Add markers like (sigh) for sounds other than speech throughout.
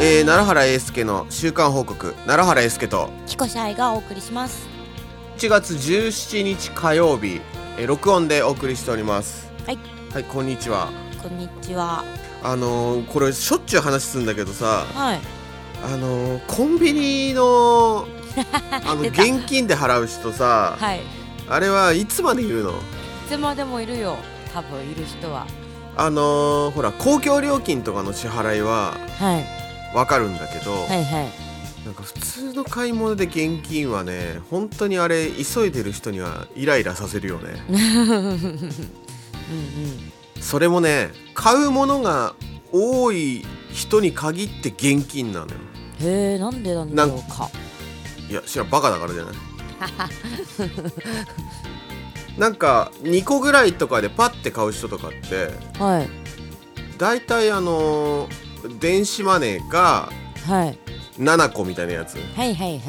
奈良原英介の週刊報告奈良原英介とキコシャイがお送りします1月17日火曜日えー録音でお送りしておりますはいはいこんにちはこんにちはあのーこれしょっちゅう話すんだけどさはいあのーコンビニ (laughs) のあの出た現金で払う人さ、はいいあれはいつまで言うのつまでもいるよ多分いる人はあのーほら公共料金とかの支払いははいわかるんだけど、いはいなんか普通の買い物で現金はね本当にあれ急いでる人にはイライラさせるよねうんそれもね買うものが多い人に限って現金なのようんへえなんでなんだろうかいや知らんバカだからじゃないなんか2個ぐらいとかでパッて買う人とかってはい大体あのー電子マネーかはい7個みたいなやつはいはいはい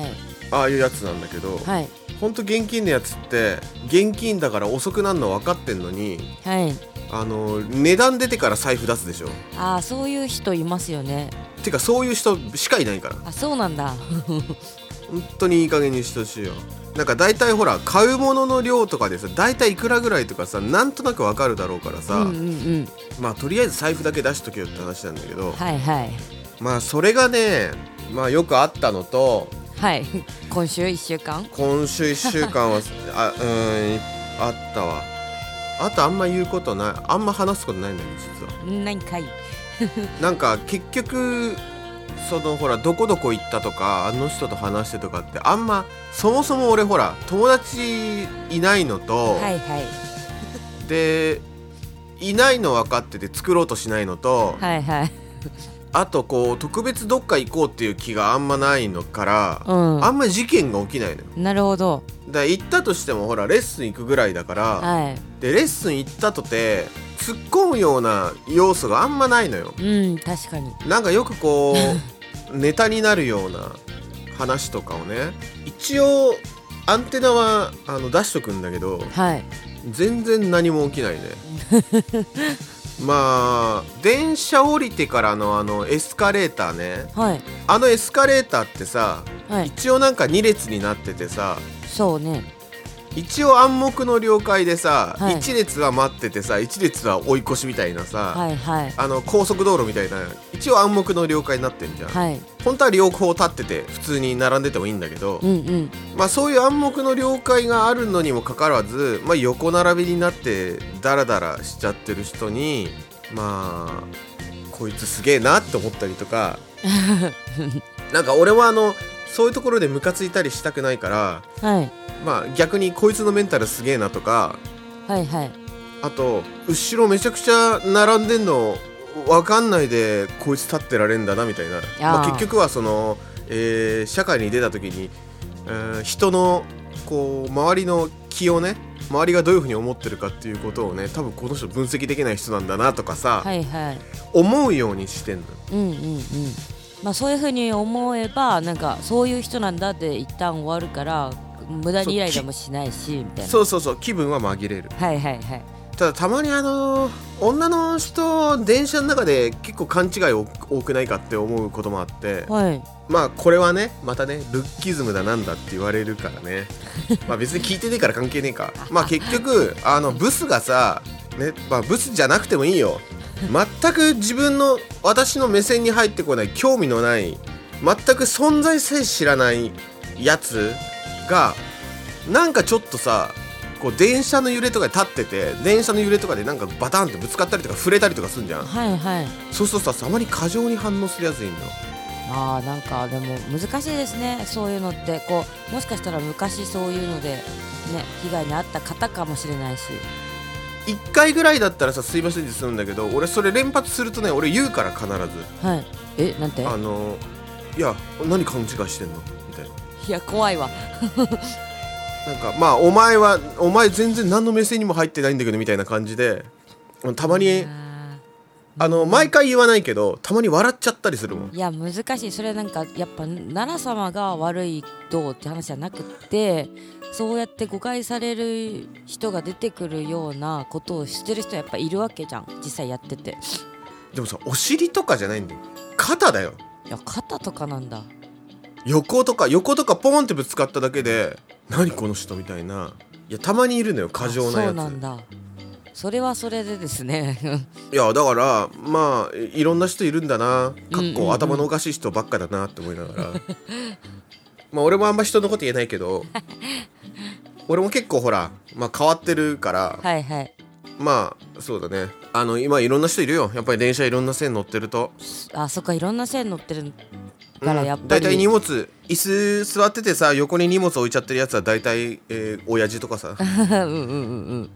ああいうやつなんだけど、はいほんと現金のやつって現金だから遅くなるの分かってんのにはいあの値段出てから財布出すでしょああそういう人いますよねてかそういう人しかいないからあそうなんだ本当にいい加減にしてほしいよなんか大体ほら買うものの量とかでさ大体いくらぐらいとかさなんとなくわかるだろうからうさ、んうんうんまあとりあえず財布だけ出しとけよって話なんだけどはいはいまあそれがねまあよくあったのとはい (laughs) 今週一週間今週1週間 (laughs) はあうーんあったわあとあんま言うことないあんま話すことないんだけど実は何回なんか結局そのほらどこどこ行ったとかあの人と話してとかってあんまそもそも俺ほら友達いないのと、はいはいでいないの分かってて作ろうとしないのと、はいはいあとこう特別どっか行こうっていう気があんまないのから、あうんま事件が起きないのよなるほどだから行ったとしてもほらレッスン行くぐらいだから、はいでレッスン行ったとて突っ込むような要素があんまないのようん確かになんかよくこ (laughs) うネタになるような話とかをね一応アンテナはあの出しとくんだけどはい全然何も起きない (laughs) ねまあ電車降りてからのあのエスカレーターねはいあのエスカレーターってさはい一応なんか2列になっててさそうね一応暗黙の了解でさ、はい1列は待っててさ1列は追い越しみたいなさ、はいはいあの高速道路みたいな一応暗黙の了解になってんじゃん、はい本当は両方立ってて普通に並んでてもいいんだけど、うんうんまあ、そういう暗黙の了解があるのにもかかわらず、まあ、横並びになってダラダラしちゃってる人にまあこいつすげえなって思ったりとかなんか俺はあのそういうところでムカついたりしたくないから、はいまあ、逆にこいつのメンタルすげえなとかはいはいあと後ろめちゃくちゃ並んでんの分かんないでこいつ立ってられんだなみたいなまあ、結局はその、えー社会に出た時に、えー人のこう周りの気をね周りがどういうふうに思ってるかっていうことをね多分この人分析できない人なんだなとかさ、はいはい思うようにしてんのうんうんうんまあそういうふうに思えばなんかそういう人なんだって一旦終わるから無駄にイライラもしないしみたいなそうそうそう気分は紛れるはいはいはいただたまにあのー女の人電車の中で結構勘違い多多くないかって思うこともあってはいまあこれはねまたねルッキズムだなんだって言われるからねまあ別に聞いてねえから関係ねえかまあ結局あのブスがさ、ねまあ、ブスじゃなくてもいいよ全く自分の私の目線に入ってこない興味のない全く存在さえ知らないやつがなんかちょっとさこう電車の揺れとかで立ってて電車の揺れとかでなんかバタンってぶつかったりとか触れたりとかするんじゃんはいはいそうするとさたまに過剰に反応するやついんのあーなんかでも難しいですねそういうのってこうもしかしたら昔そういうのでね被害に遭った方かもしれないし1回ぐらいだったらさ「すいません」ってするんだけど俺それ連発するとね俺言うから必ずはいえなん「てあのいや何勘違いしてんの?」みたいいや怖いわななんかまあお前はお前全然何の目線にも入ってないんだけどみたいな感じでたまにああの毎回言わないけどたまに笑っちゃったりするもんーいや難しいそれなんかやっぱ奈良様が悪いどうって話じゃなくてそうやって誤解される人が出てくるようなことをしてる人やっぱいるわけじゃん実際やっててでもさお尻とかじゃないんだよ肩だよいや肩とかなんだ横とか横とかポンってぶつかっただけで何この人みたいないやたまにいるのよ過剰なあそやうなんつだそれはそれでですね (laughs) いやだからまあいいろんな人いるんだなかっうんうんうこん頭のおかしい人ばっかだなって思いながら (laughs) まあ俺もあんま人のこと言えないけど (laughs) 俺も結構ほら、まあ、変わってるから、はいはいまあそうだねあの今いろんな人いるよやっぱり電車いろんな線乗ってるとあそっかいろんな線乗ってるからやっうんぱ大り、体荷物椅子座っててさ横に荷物置いちゃってるやつは大体、えー、親父とかさ (laughs) うんうんうん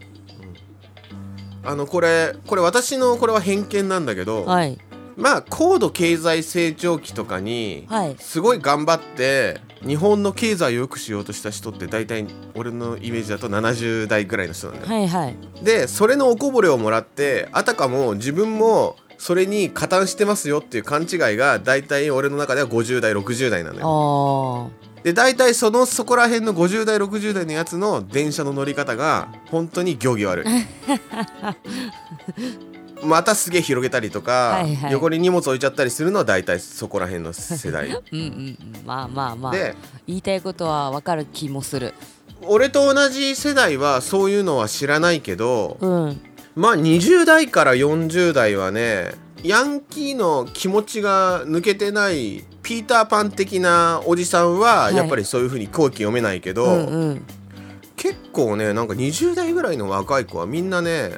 あのこれこれ私のこれは偏見なんだけど、うんはいまあ高度経済成長期とかに、はいすごい頑張って日本の経済を良くしようとした人って大体俺のイメージだと70代ぐらいの人なんだよはいはいでそれのおこぼれをもらってあたかも自分もそれに加担してますよっていう勘違いが大体俺の中では50代60代なのあよーで大体そのそこら辺の50代60代のやつの電車の乗り方が本当に行儀 (laughs) 悪いまたすげえ広げたりとか、はいはい横に荷物置いちゃったりするのは大体そこら辺の世代うんうんうんまあまあ (laughs) まあで言いたいことはわかる気もする俺と同じ世代はそういうのは知らないけど、うんまあ20代から40代はねヤンキーの気持ちが抜けてないピーターパン的なおじさんははいやっぱりそういうふうに後期読めないけど、うんうん結構ねなんか20代ぐらいの若い子はみんなね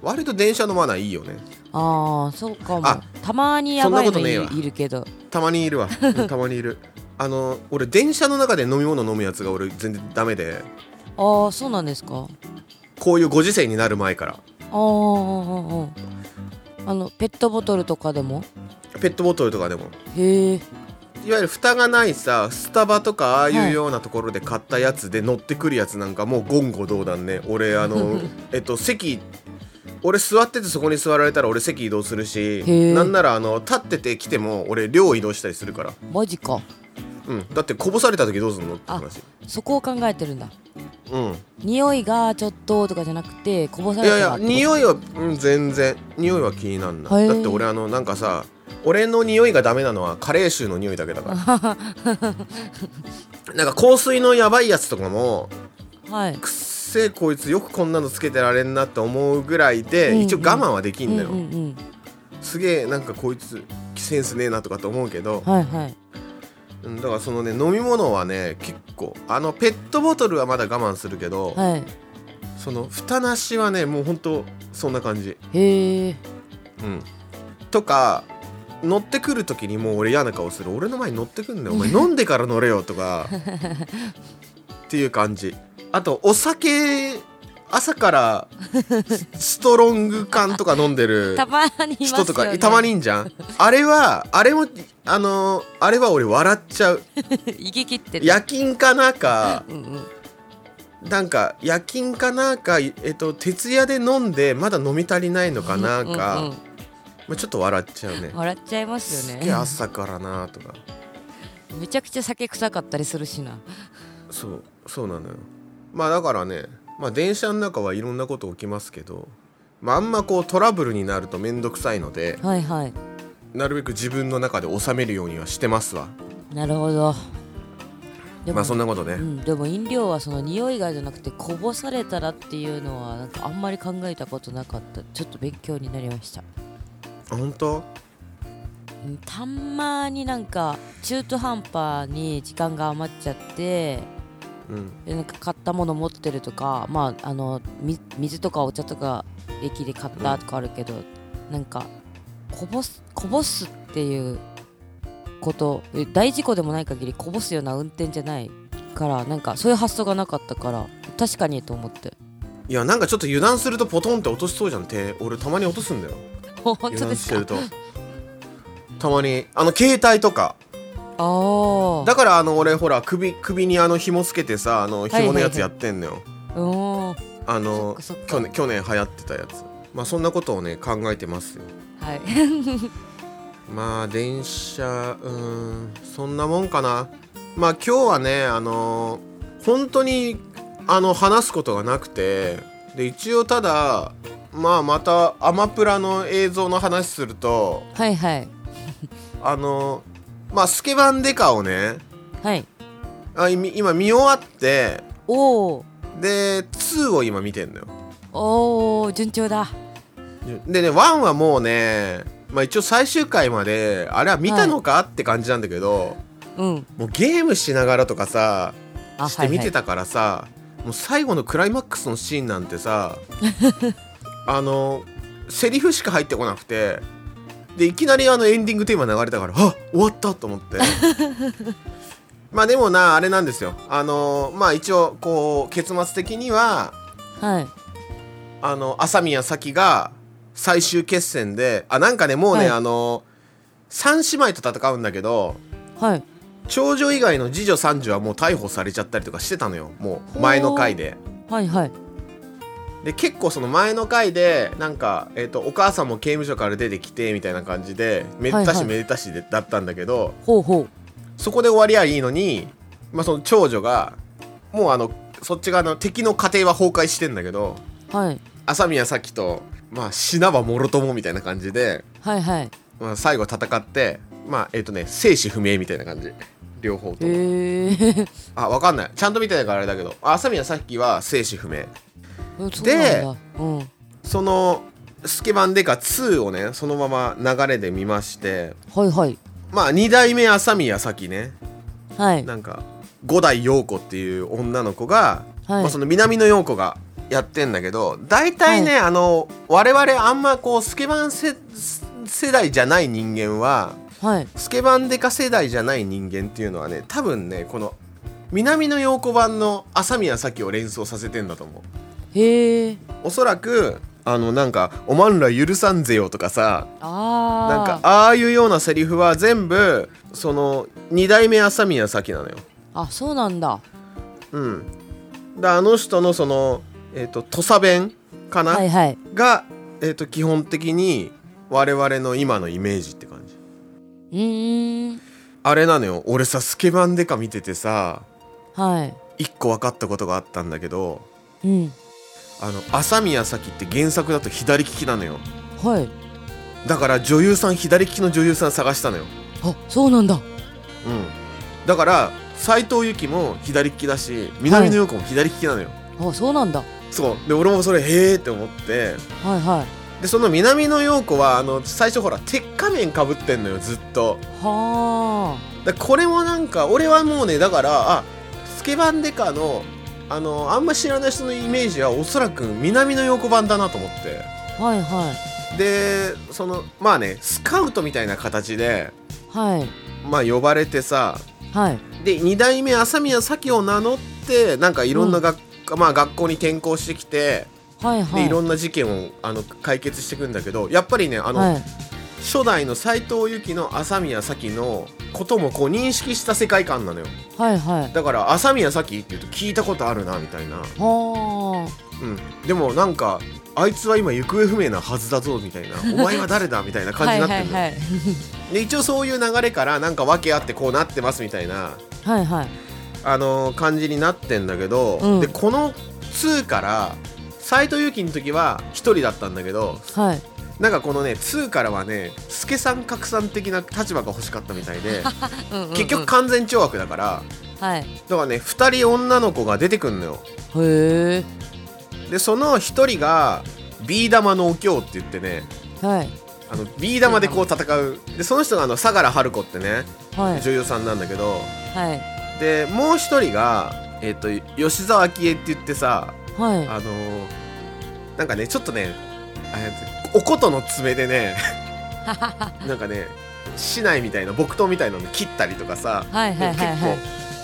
割と電車のマナーいいよねああそうかもあたまにやばいそのんなことねえわいいるけどたまにいる (laughs) わうんたまにいるあの俺電車の中で飲み物飲むやつが俺全然ダメでああそうなんですかこういうご時世になる前からあーあーあーあのペットボトルとかでもペットボトルとかでもへえいわゆる蓋がないさスタバとかああいうようなところで買ったやつで乗ってくるやつなんかもう言語道断ね俺あの (laughs) えっと席俺座っててそこに座られたら俺席移動するしへーなんならあの立ってて来ても俺量移動したりするから、マジかうん、だってこぼされた時どうすんのって話そこを考えてるんだうん匂いがちょっととかじゃなくてこぼさいれたやいらやってこと匂いは、うん、全然匂いは気になんなへいーだって俺あのなんかさ俺の匂いがダメなのはカレー臭の匂いだけだから (laughs) なんか香水のやばいやつとかもはいくっせえこいつよくこんなのつけてられんなって思うぐらいで、うんうん一応我慢はできんのよ、うんうんうんすげえなんかこいつセンスねえなとかと思うけど、はいはいうんだからそのね飲み物はね結構あのペットボトルはまだ我慢するけど、はいその蓋なしはねもうほんとそんな感じへえうんとか乗ってくる時にもう俺嫌な顔する俺の前に乗ってくんだよお (laughs) 前飲んでから乗れよとかっていう感じあとお酒朝からスストロング缶とか飲んで (laughs) るたまにいますよ、ね、人とかたまにいんじゃんあれはあれもあのーあれは俺笑っち (laughs) ゃういき切ってる夜勤かなかうんうんなんか夜勤かなか、えっと、徹夜で飲んでまだ飲み足りないのかなか、うんうんまあちょっと笑っちゃうねうん、笑っちゃいますすよげえね朝からなとかめちゃくちゃ酒臭かったりするしなそうそうなのよまあだからね、まあ、電車の中はいろんなこと起きますけど、まあ、あんまこうトラブルになると面倒くさいのではいはいなるべく自分の中で収めるようにはしてますわなるほどでも,、まあそんなことね、うん、でも飲料はその匂いがじゃなくてこぼされたらっていうのはなんかあんまり考えたことなかったちょっと勉強になりましたあ本当うんたまになんか中途半端に時間が余っちゃってうんでなんか買ったもの持ってるとか、まあ、あのみ水とかお茶とか駅で買ったとかあるけど、なんかこぼすこぼすっていうことえ大事故でもない限りこぼすような運転じゃないからなんかそういう発想がなかったから確かにと思っていやなんかちょっと油断するとポトンって落としそうじゃん手俺たまに落とすんだよ本当油で断しすてかるとたまにあの携帯とかあーだからあの俺ほら首首にあの紐つけてさあの紐のやつやってんのよ、うんはあのそっかそ去っか年去年流行ってたやつまあそんなことをね考えてますよいまあ電車うーんそんなもんかなまあ今日はねあのー本当にあの話すことがなくてで一応ただまあまたアマプラの映像の話するとはいはいあのーまあスケバンデカをねはいあいみ今見終わっておーで2を今見てんのよおー順調だでね1はもうね、まあ、一応最終回まであれは見たのか、って感じなんだけどうんもうゲームしながらとかさあして見てたたからさ、もう最後のクライマックスのシーンなんて (laughs) さあのセリフしか入ってこなくてでいきなりあのエンディングテーマ流れたからあ終わったと思って (laughs) まあでもなあれなんですよあのまあ一応こう結末的にははいあの朝宮咲が最終決戦であなんかねもうね、はいあの三姉妹と戦うんだけどはいはい長女以外の次女三女はもう逮捕されちゃったりとかしてたのよもう前の回ではいはいで結構その前の回でなんか、えー、とお母さんも刑務所から出てきてみたいな感じでめでたはいはしいめでたしで、だったんだけどほうほそこで終わりゃいいのに、まあ、その長女がもうあのそっち側の敵の家庭は崩壊してんだけどうはい朝宮咲と、まあ、死なばもろともみたいな感じで、はいはいまあ、最後戦ってまあえっ、とね生死不明みたいな感じ両方とも。へえあわかんないちゃんと見てないからあれだけど朝宮さっきは生死不明そうなんだうんそのスケバンデカ2をねそのまま流れで見ましてはいはいまあ2代目朝宮さきねはいなんか五代陽子っていう女の子が、はいまあ、その南野陽子がやってんだけど大体ね、あの我々あんまこうスケバンせ世代じゃない人間ははいスケバンデカ世代じゃない人間っていうのはね多分ねこの南野陽子版の朝宮咲を連想させてんだと思うへえおそらくあのなんか「おまんら許さんぜよ」とかさあーなんかああいうようなセリフは全部その2代目朝宮咲なのよあそうなんだうんであの人のそのえっ、と土佐弁かな、はいはいが、えー、と基本的に我々の今のイメージって感じうーんあれなのよ俺さスケバンデカ見ててさはい一個分かったことがあったんだけどうんあの朝宮咲って原作だと左利きなのよはいだから女優さん左利きの女優さん探したのよあそうなんだうんだから斎藤由貴も左利きだし南野陽子も左利きなのよ、あそうなんだそうで俺もそれへえって思ってはいはでその南野陽子はあの最初ほら鉄仮面かぶってんのよずっといはだこれもなんか俺はもうねだからあスケバンデカのあのあんま知らない人のイメージはおそらく南野陽子版だなと思ってあはいはでそのまあねスカウトみたいな形でいはいまあ呼ばれてさはいで2代目朝宮咲を名乗ってなんかいろんな学,、まあ、学校に転校してきてはいで、はいい、ろんんな事件をあの解決していくんだけどやっぱりねあの、はい初代の斎藤由貴の朝宮咲のこともこう認識した世界観なのよはいはいだから朝宮咲っていうと聞いたことあるなみたいな、はうん、でもなんかあいつは今行方不明なはずだぞみたいなお前は誰だみたいなあ感じになってるのよ、はいはいで一応そういう流れからなんか訳あってこうなってますみたいなはいはいはいあのー感じになってんだけど、うんでこの2から斎藤佑樹の時は1人だったんだけどはいなんかこのね2からはね助さん格さん的な立場が欲しかったみたいで (laughs) うんうんうん結局完全懲悪だからはいへだからね2人女の子が出てくんのよえでその1人がビー玉のお経って言ってねはいあのビー玉でこう戦うでその人があの相良春子ってねはい女優さんなんだけどはいでもう1人が、えっと吉沢明恵って言ってさはいあのーなんかねちょっとねあおことの爪で (laughs) ねなんかね市内みたいな木刀みたいなの切ったりとかさ、はいはいはいはい結構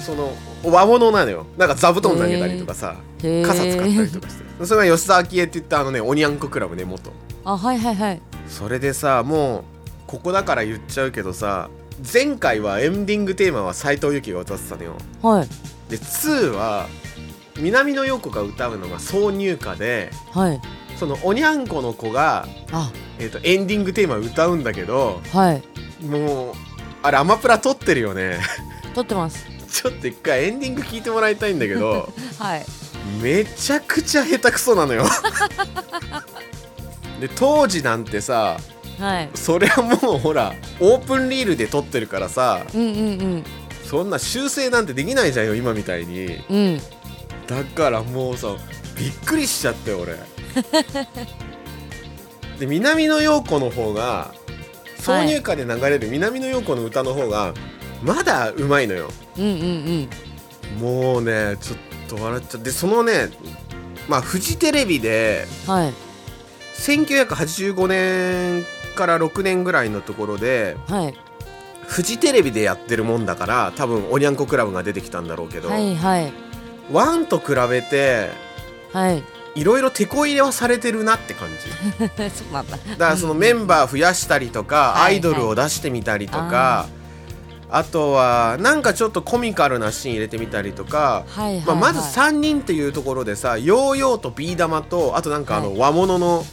その和物なのよなんか座布団投げたりとかさ、へえ傘使ったりとかして、それが吉沢明恵って言ったあのねおにゃんこクラブね元あはいはいはいそれでさもうここだから言っちゃうけどさ前回はエンディングテーマは斎藤由貴が歌ってたのよはいで2は南野陽子が歌うのが挿入歌ではいそのおにゃんこの子が、あえー、とエンディングテーマ歌うんだけどはいもうあれアマプラ撮ってるよね (laughs) 撮ってますちょっと一回エンディング聞いてもらいたいんだけど (laughs) はいめち (laughs) ゃくちゃ下手くそなのよで当時なんてさはいそれはもうほらオープンリールで撮ってるからさうんうんうんそんな修正なんてできないじゃんよ今みたいにうんだからもうさびっくりしちゃったよ俺 (laughs) で南野陽子の方が挿入歌で流れる南野陽子の歌の方がまだうまいのようんうんもうねちょっと笑っちゃってそのねまあフジテレビでうんはい1985年から6年ぐらいのところではいフジテレビでやってるもんだから多分おにゃんこクラブが出てきたんだろうけど、はいはいワンと比べてはいいろいろ手こ入れはされてるなって感じ (laughs) そうなんだだからそのメンバー増やしたりとか、うんアイドルを出してみたりとか、あとはなんかちょっとコミカルなシーン入れてみたりとか、はいまはい、はあ、いまず3人っていうところでさヨーヨーとビー玉とあとなんかあの和物の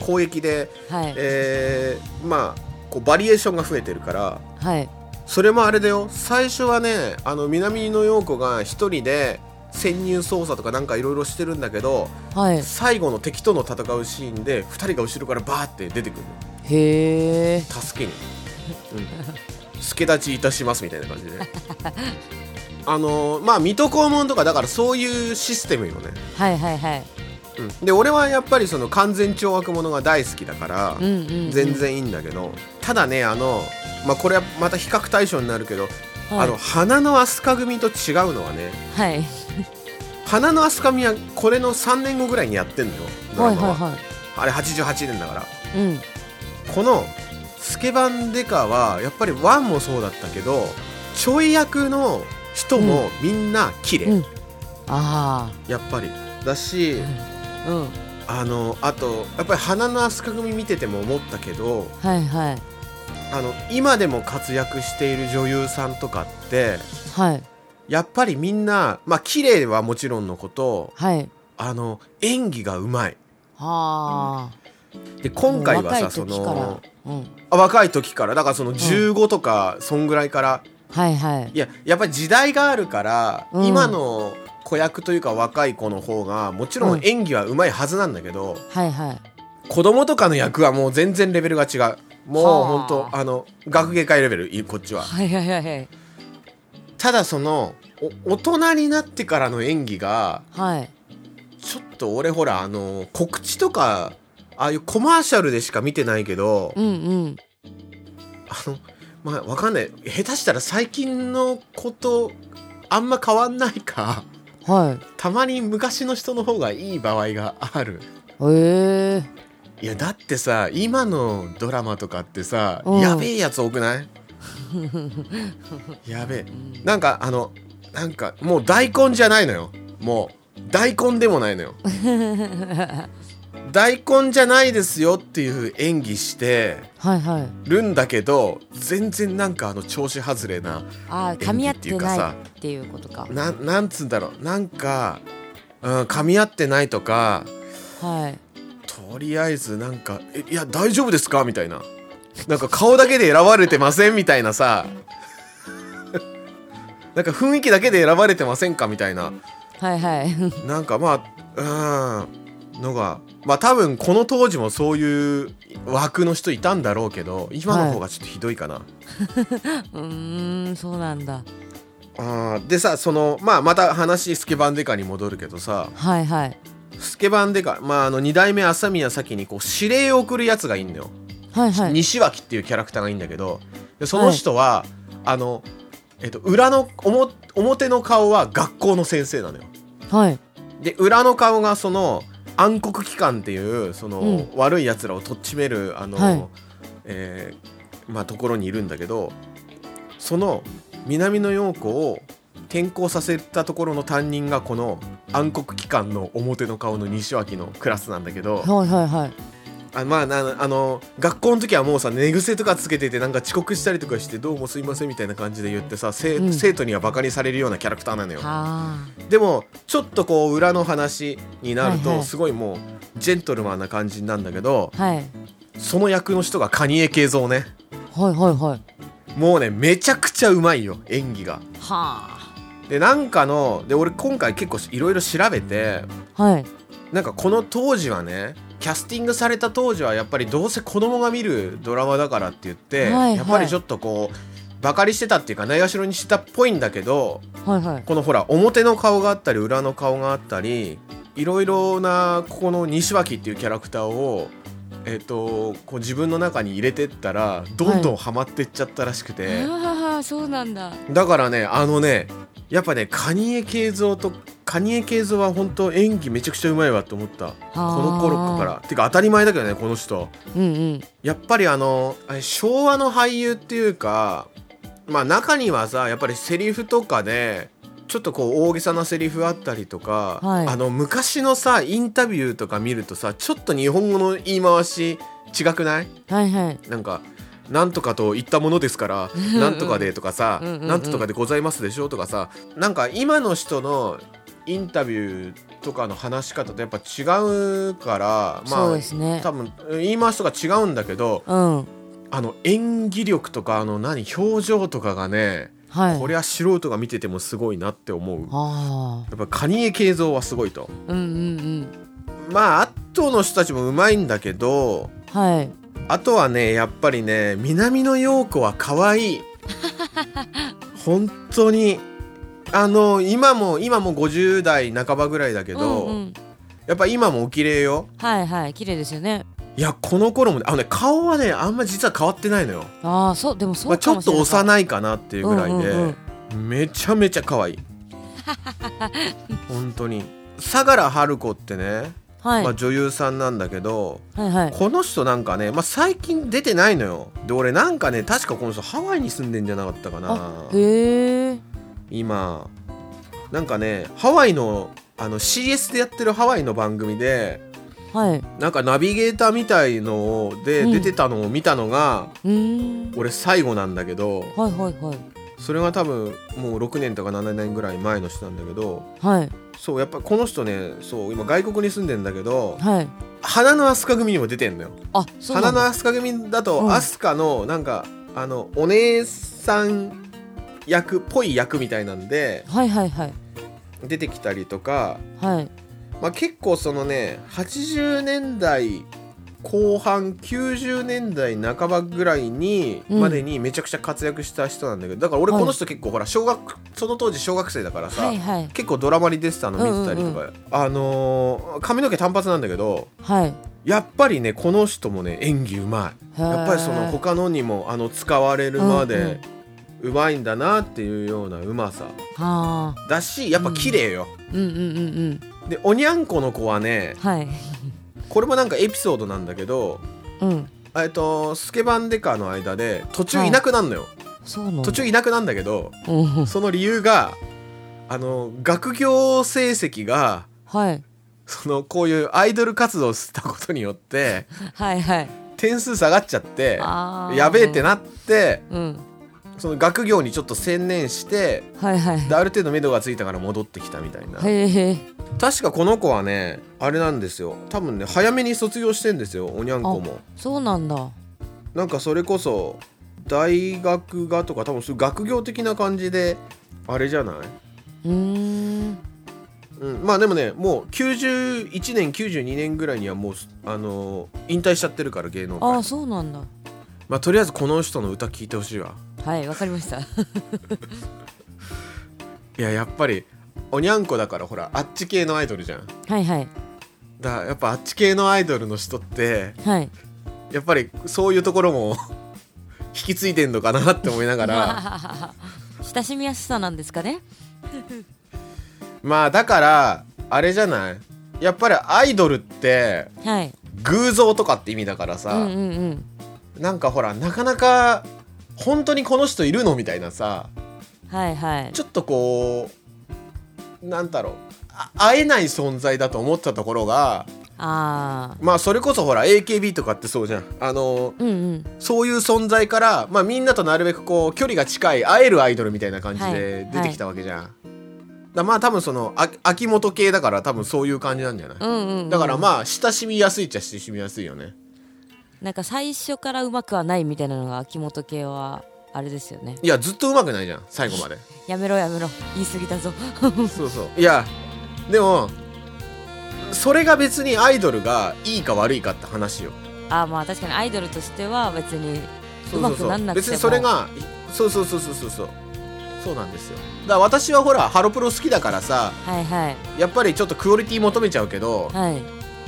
攻撃で、はいえーまあこうバリエーションが増えてるからはいそれもあれだよ最初はねあの南野陽子が一人で潜入捜査とかなんかいろいろしてるんだけどはい最後の敵との戦うシーンで2人が後ろからバーって出てくるの。へえ助けに、うん、 (laughs) 助立ちいたしますみたいな感じで (laughs) あのーまあ水戸黄門とかだからそういうシステムよね、はいはいはいうん、で俺はやっぱりその完全懲悪者が大好きだからうんうん、うん、全然いいんだけどただねあのまあこれはまた比較対象になるけど、はいあの花の飛鳥組と違うのはねはい花の飛鳥組はこれの3年後ぐらいにやってんのよドはラいマははいはあれ88年だからいうんこのスケバンデカはやっぱりワンもそうだったけどちょい役の人もみんな綺麗、うんあやっぱりだしあうんあのあとやっぱり花の飛鳥組見てても思ったけどはいはいあの今でも活躍している女優さんとかってはいやっぱりみんなまあ綺麗はもちろんのことはいあの演技がうまいはあで今回はさもそう若い時からのうんあ若い時からだからその15とかそんぐらいからはいはいいややっぱり時代があるから、うん今の子役というか若い子の方がもちろうんん演技はうまいはずなんだけど、はいはい子供とかの役はもう全然レベルが違うもうはあ本当あの学芸会レベルいこっちははいはいはいはいただそのお大人になってからの演技がはいちょっと俺ほらあの告知とかああいうコマーシャルでしか見てないけど、うんうんあのまあわかんない下手したら最近のことあんま変わんないか。はいたまに昔の人の方がいい場合があるええいやだってさ今のドラマとかってさ、うんやべえやつ多くない (laughs) やべえなんかあのなんかもう大根じゃないのよもう大根でもないのよ大根じゃないですよっていう演技してはいはいるんだけど全然なんかあの調子外れなああ技噛み合ってっていうかなさいっていうことかななんつうんだろうなんか、うん、噛み合ってないとかはいとりあえずなんか「えいや大丈夫ですか?」みたいななんか顔だけで選ばれてませんみたいなさ (laughs) なんか雰囲気だけで選ばれてませんかみたいなはいはいなんかまあうんのがまあ多分この当時もそういう枠の人いたんだろうけど今の方がちょっとひどいかな。うーんそうなんだあーでさそのまあまた話スケバンデカに戻るけどさはいはいスケバンデカまああの2代目朝宮咲にこう指令を送るやつがいんのよ。はいはい西脇っていうキャラクターがいいんだけどでその人は、あの、えっと裏のおも表の顔は学校の先生なのよはいで裏の顔がその暗黒機関っていうその、うん悪いやつらをとっちめるあの、はいえーまあ、ところにいるんだけどその南の陽子を転校させたところの担任がこの暗黒機関の表の顔の西脇のクラスなんだけど、はいはいはいあまあなあの学校の時はもうさ寝癖とかつけててなんか遅刻したりとかしてどうもすいませんみたいな感じで言ってさ、せうん生徒にはバカにされるようなキャラクターなのよはでもちょっとこう裏の話になると、はいはいすごいもうジェントルマンな感じなんだけどあはいその役の人が蟹江慶三ねはいはいはいもうねめちゃくちゃうまいよ演技がはあでなんかので俺今回結構いろいろ調べてはいなんかこの当時はねキャスティングされた当時はやっぱりどうせ子供が見るドラマだからって言って、はいはいやっぱりちょっとこうバカにしてたっていうかないがしろにしてたっぽいんだけどはいはいこのほら表の顔があったり裏の顔があったりいろいろなここの西脇っていうキャラクターを、えっとこう自分の中に入れてったらどんどんハマってっちゃったらしくて。ああそうなんだだからねあのねやっぱね蟹江慶三と蟹江慶三は本当演技めちゃくちゃうまいわと思ったここの頃からてか当たり前だけどねこの人うんうんやっぱりあのあれ昭和の俳優っていうかまあ中にはさやっぱりセリフとかでちょっとこう大げさなセリフあったりとか、はいあの昔のさインタビューとか見るとさちょっと日本語の言い回し違くないはいはいなんか「なんとかと言ったものですからうんなんとかで」とかさうんうんうんなんとかでございますでしょ」とかさなんか今の人のインタビューとかの話し方とやっぱ違うからまそうあですね多分言い回しとか違うんだけどうんあの演技力とかあの何表情とかがねはいこれは素人が見ててもすごいなって思うやああっぱ蟹江慶三はすごいとうんうんうんまああとの人たちもうまいんだけどはいあとはねやっぱりね南野陽子は可 (laughs) 愛い本当にあの今も今も50代半ばぐらいだけど、うんうん、やっぱ今もお綺麗よはいはい綺麗ですよねいやこの頃もねあのね顔はねあんま実は変わってないのよ、ああそうでもそまあ、うちょかもっしれとない幼いかなっていうぐらいで、うんうんめちゃめちゃ可 (laughs) 愛い本当に相良春子ってね、はい、まあ、女優さんなんだけどはいはいこの人なんかね、まあ、最近出てないのよで俺なんかね確かこの人ハワイに住んでんじゃなかったかなあへえ今なんかねハワイのあの CS でやってるハワイの番組ではいなんかナビゲーターみたいのでうん出てたのを見たのが、うーん俺最後なんだけどはいはいはいそれが多分もう6年とか7年ぐらい前の人なんだけどはいそうやっぱこの人ねそう今外国に住んでんだけどはい花の飛鳥組にも出てんのよあそう花なんのだ飛鳥組だと、うんアスカのなんかあのお姉さん役っぽい役みたいなんではいはいはい出てきたりとか、はいまあ、結構そのね80年代後半90年代半ばぐらいにうんまでにめちゃくちゃ活躍した人なんだけどだから俺はいこの人結構ほら小学その当時小学生だからさ、はいはい結構ドラマに出てたの見てたりとか、あのー髪の毛単発なんだけどはいやっぱりねこの人もね演技うまい。やっぱりそのへー他のにもあの使われるまうんでうまいんだなっていうようなうまさはあだしやっぱ綺麗よ、うんうんうんうんでおにゃんこの子はねはいこれもなんかエピソードなんだけどうんえっとスケバンデカの間で途中いなくなるのよ、そうなんだ途中いなくなるんだけどうんその理由があの学業成績がはいそのこういうアイドル活動をしたことによってはいはい点数下がっちゃってあーやべえってなってうんその学業にちょっと専念してはいはいである程度目処がついたから戻ってきたみたいな、へえ確かこの子はねあれなんですよ多分ね早めに卒業してんですよおにゃんこもそうなんだなんかそれこそ大学がとか多分そういう学業的な感じであれじゃない、うーんうん、まあでもねもう91年92年ぐらいにはもうあのー引退しちゃってるから芸能あ界あそうなんだまあとりあえずこの人の歌聴いてほしいわはいわかりましたいややっぱりおにゃんこだからほらあっち系のアイドルじゃんはいはいだからやっぱあっち系のアイドルの人ってはいやっぱりそういうところも (laughs) 引き継いでんのかなって思いながら親しみやすさなんですかねまあだからあれじゃないやっぱりアイドルってはい偶像とかって意味だからうさ、んうんうんなんかほらなかなか本当にこの人いるのみたいなさはいはいちょっとこうなんだろうあ会えない存在だと思ってたところがああまあそれこそほら AKB とかってそうじゃんあのうんうんそういう存在から、まあ、みんなとなるべくこう距離が近い会えるアイドルみたいな感じではい出てきたわけじゃん。だまあ多分そのあ秋元系だから多分そういう感じなんじゃない、うんうんうんだからまあ親しみやすいっちゃ親しみやすいよね。なんか最初からうまくはないみたいなのが秋元系はあれですよねいやずっと上手くないじゃん最後まで。やめろやめろ言い過ぎだぞそうそういやでもそれが別にアイドルがいいか悪いかって話よ (laughs) あまあ確かにアイドルとしては別にそうそうまくそなんなうくて別もにそれがそうそうそうそうそうそうそうなんですよだから私はほらハロプロ好きだからさはいはいやっぱりちょっとクオリティ求めちゃうけどはい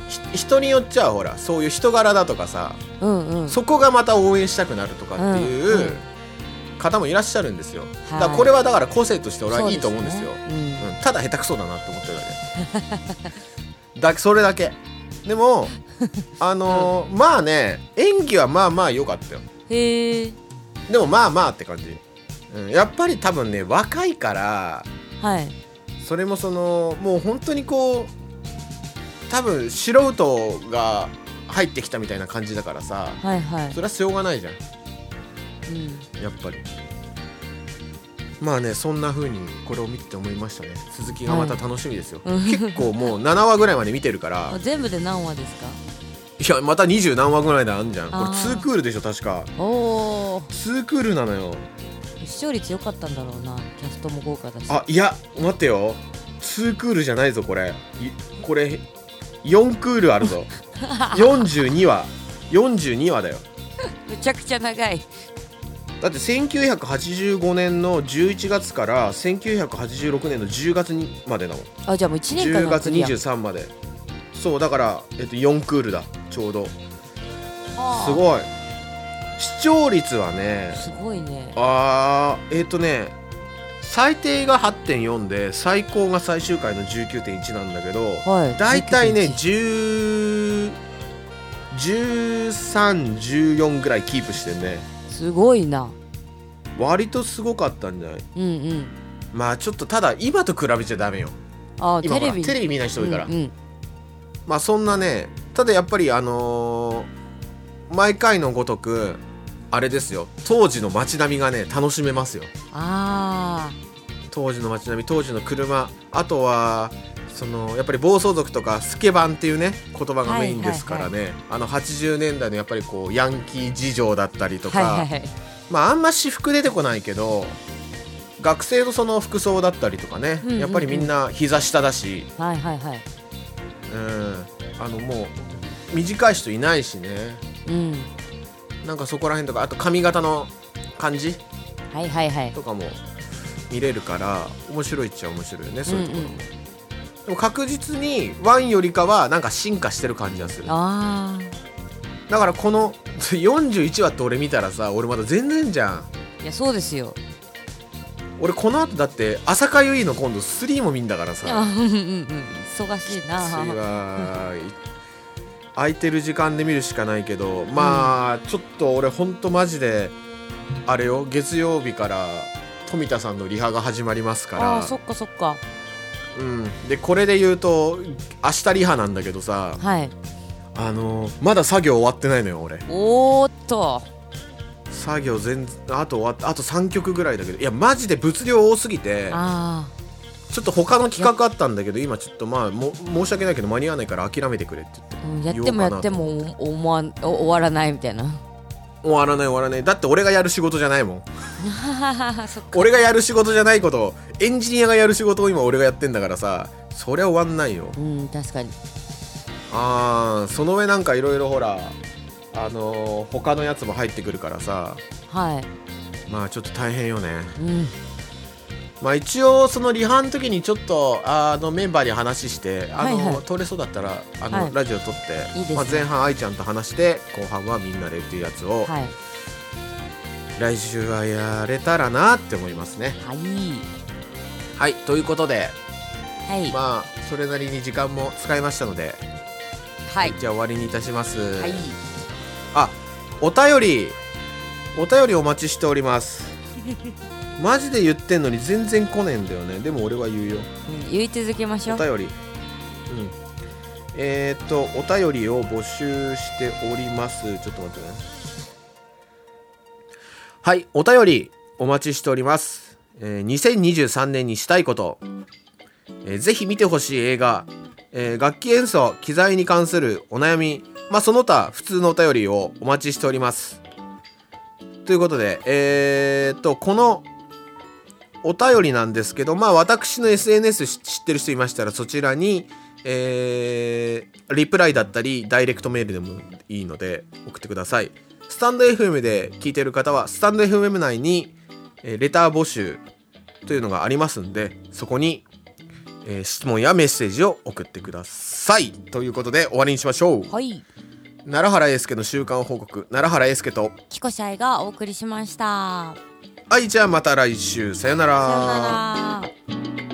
ひ人によっちゃほらそういう人柄だとかさうんうんそこがまた応援したくなるとかっていんううんう方もいらっしゃるんですよ、はいだからこれはだから個性として俺そはねいいと思うんですようんうんただ下手くそだなって思ってるだけ (laughs) だそれだけで (laughs) もあのーまあね演技はまあまあ良かったよへえでもまあまあって感じ、うん、やっぱり多分ね若いからはいそれもそのもう本当にこう多分素人が入ってきたみたいな感じだからさはいはいそれはしょうがないじゃんうんやっぱりまあねそんな風にこれを見てて思いましたね続きがまた楽しみですよ、うん結構もう7話ぐらいまで見てるかあ (laughs) ら全部で何話ですかいやまた二十何話ぐらいであんじゃんこれあー2クールでしょ確かおお2クールなのよ視聴率良かったんだろうなキャストも豪華だしあいや待ってよ2クールじゃないぞこれいこれ4クールあ (laughs) るぞ42話42話だよむちゃくちゃ長いだって1985年の11月から1986年の10月にまでだもんあじゃあもう1年間10やっ月てるやん23までそうだから、えっと、4クールだちょうどすあーごい視聴率はねすごいねあーえっ、とね最低が8.4で最高が最終回の19.1なんだけどはい大体ね19.1 10 1314ぐらいキープしてねすごいな割とすごかったんじゃないうんうんまあちょっとただ今と比べちゃダメよあー今ほテレらビテレビ見ない人多いから、うんうんまあそんなねただやっぱりあのー毎回のごとくあれですよ当時の街並みがね楽しめますよあ当時の街並み当時の車あとはそのやっぱり暴走族とかスケバンっていうね言葉がメインですからね、あの80年代のやっぱりこうヤンキー事情だったりあとか、はいはいはいまああんま私服出てこないけど学生のその服装だったりとかね、うんうんうんやっぱりみんな膝下だし、はいはいはいうん、あのもう短い人いないしねうんなんかそこら辺とかあと髪型の感じはいはいはいとかも見れるから面白いっちゃ面白いよねそういうところも、うんでも確実にワンよりかはなんか進化してる感じがするだああからこの41話って俺見たらさ俺まだ全然じゃんいやそうですよ。俺この後だって朝かゆいの今度3も見んだからいやさうんうんうん忙しいな。 3はい空いてる時間で見るしかないけどまあ、ちょっと俺ほんとマジであれよ月曜日から富田さんのリハが始まりますからああーそっかそっかうん、でこれで言うと明日リハなんだけどさはい。あのーまだ作業終わってないのよ俺おーっと作業全あと終わったあと3曲ぐらいだけどいやマジで物量多すぎてあちょっと他の企画あったんだけど今ちょっとまあも申し訳ないけど間に合わないから諦めてくれって言ってあ、うんやっても言おうかなやってもお思わんお終わらないみたいな。 (laughs) 終わらない終わらないだって俺がやる仕事じゃないもんそっか。俺がやる仕事じゃないことをエンジニアがやる仕事を今俺がやってんだからさそりゃ終わんないようん確かに。あーその上なんかいろいろほらあのー他のやつも入ってくるからさはまあちょっと大変よねい。うんまあ一応そのリハの時にちょっとあのメンバーに話してあの、はいはい通れそうだったらあの、はいラジオ撮っていいですねまあ、前半愛ちゃんと話して後半はみんなでっていうやつを、はい来週はやれたらなって思いますねはいはいということではいまあそれなりに時間も使いましたので、はいじゃあ終わりにいたします、はい。あお便りお便りお待ちしております (laughs) マジで言ってんのに全然来ねえんだよねでも俺は言うようん言い続けましょおう。便り、うん、えーっとお便りを募集しておりますちょっと待ってねはいお便りお待ちしております、えー2023年にしたいこと、えーぜひ見てほしい映画、えー楽器演奏機材に関するお悩みまあその他普通のお便りをお待ちしておりますということでえーっとこのお便りなんですけど、まあ、私の SNS し知ってる人いましたらそちらに、えーリプライだったりダイレクトメールでもいいので送ってくださいスタンド FM で聞いてる方はスタンド FM 内に、えーレター募集というのがありますんでそこに、えー質問やメッセージを送ってくださいということで終わりにしましょうはい奈良原英介の週間報告奈良原英介とキコシャイがお送りしましたはいじゃあまた来週さよならさようなら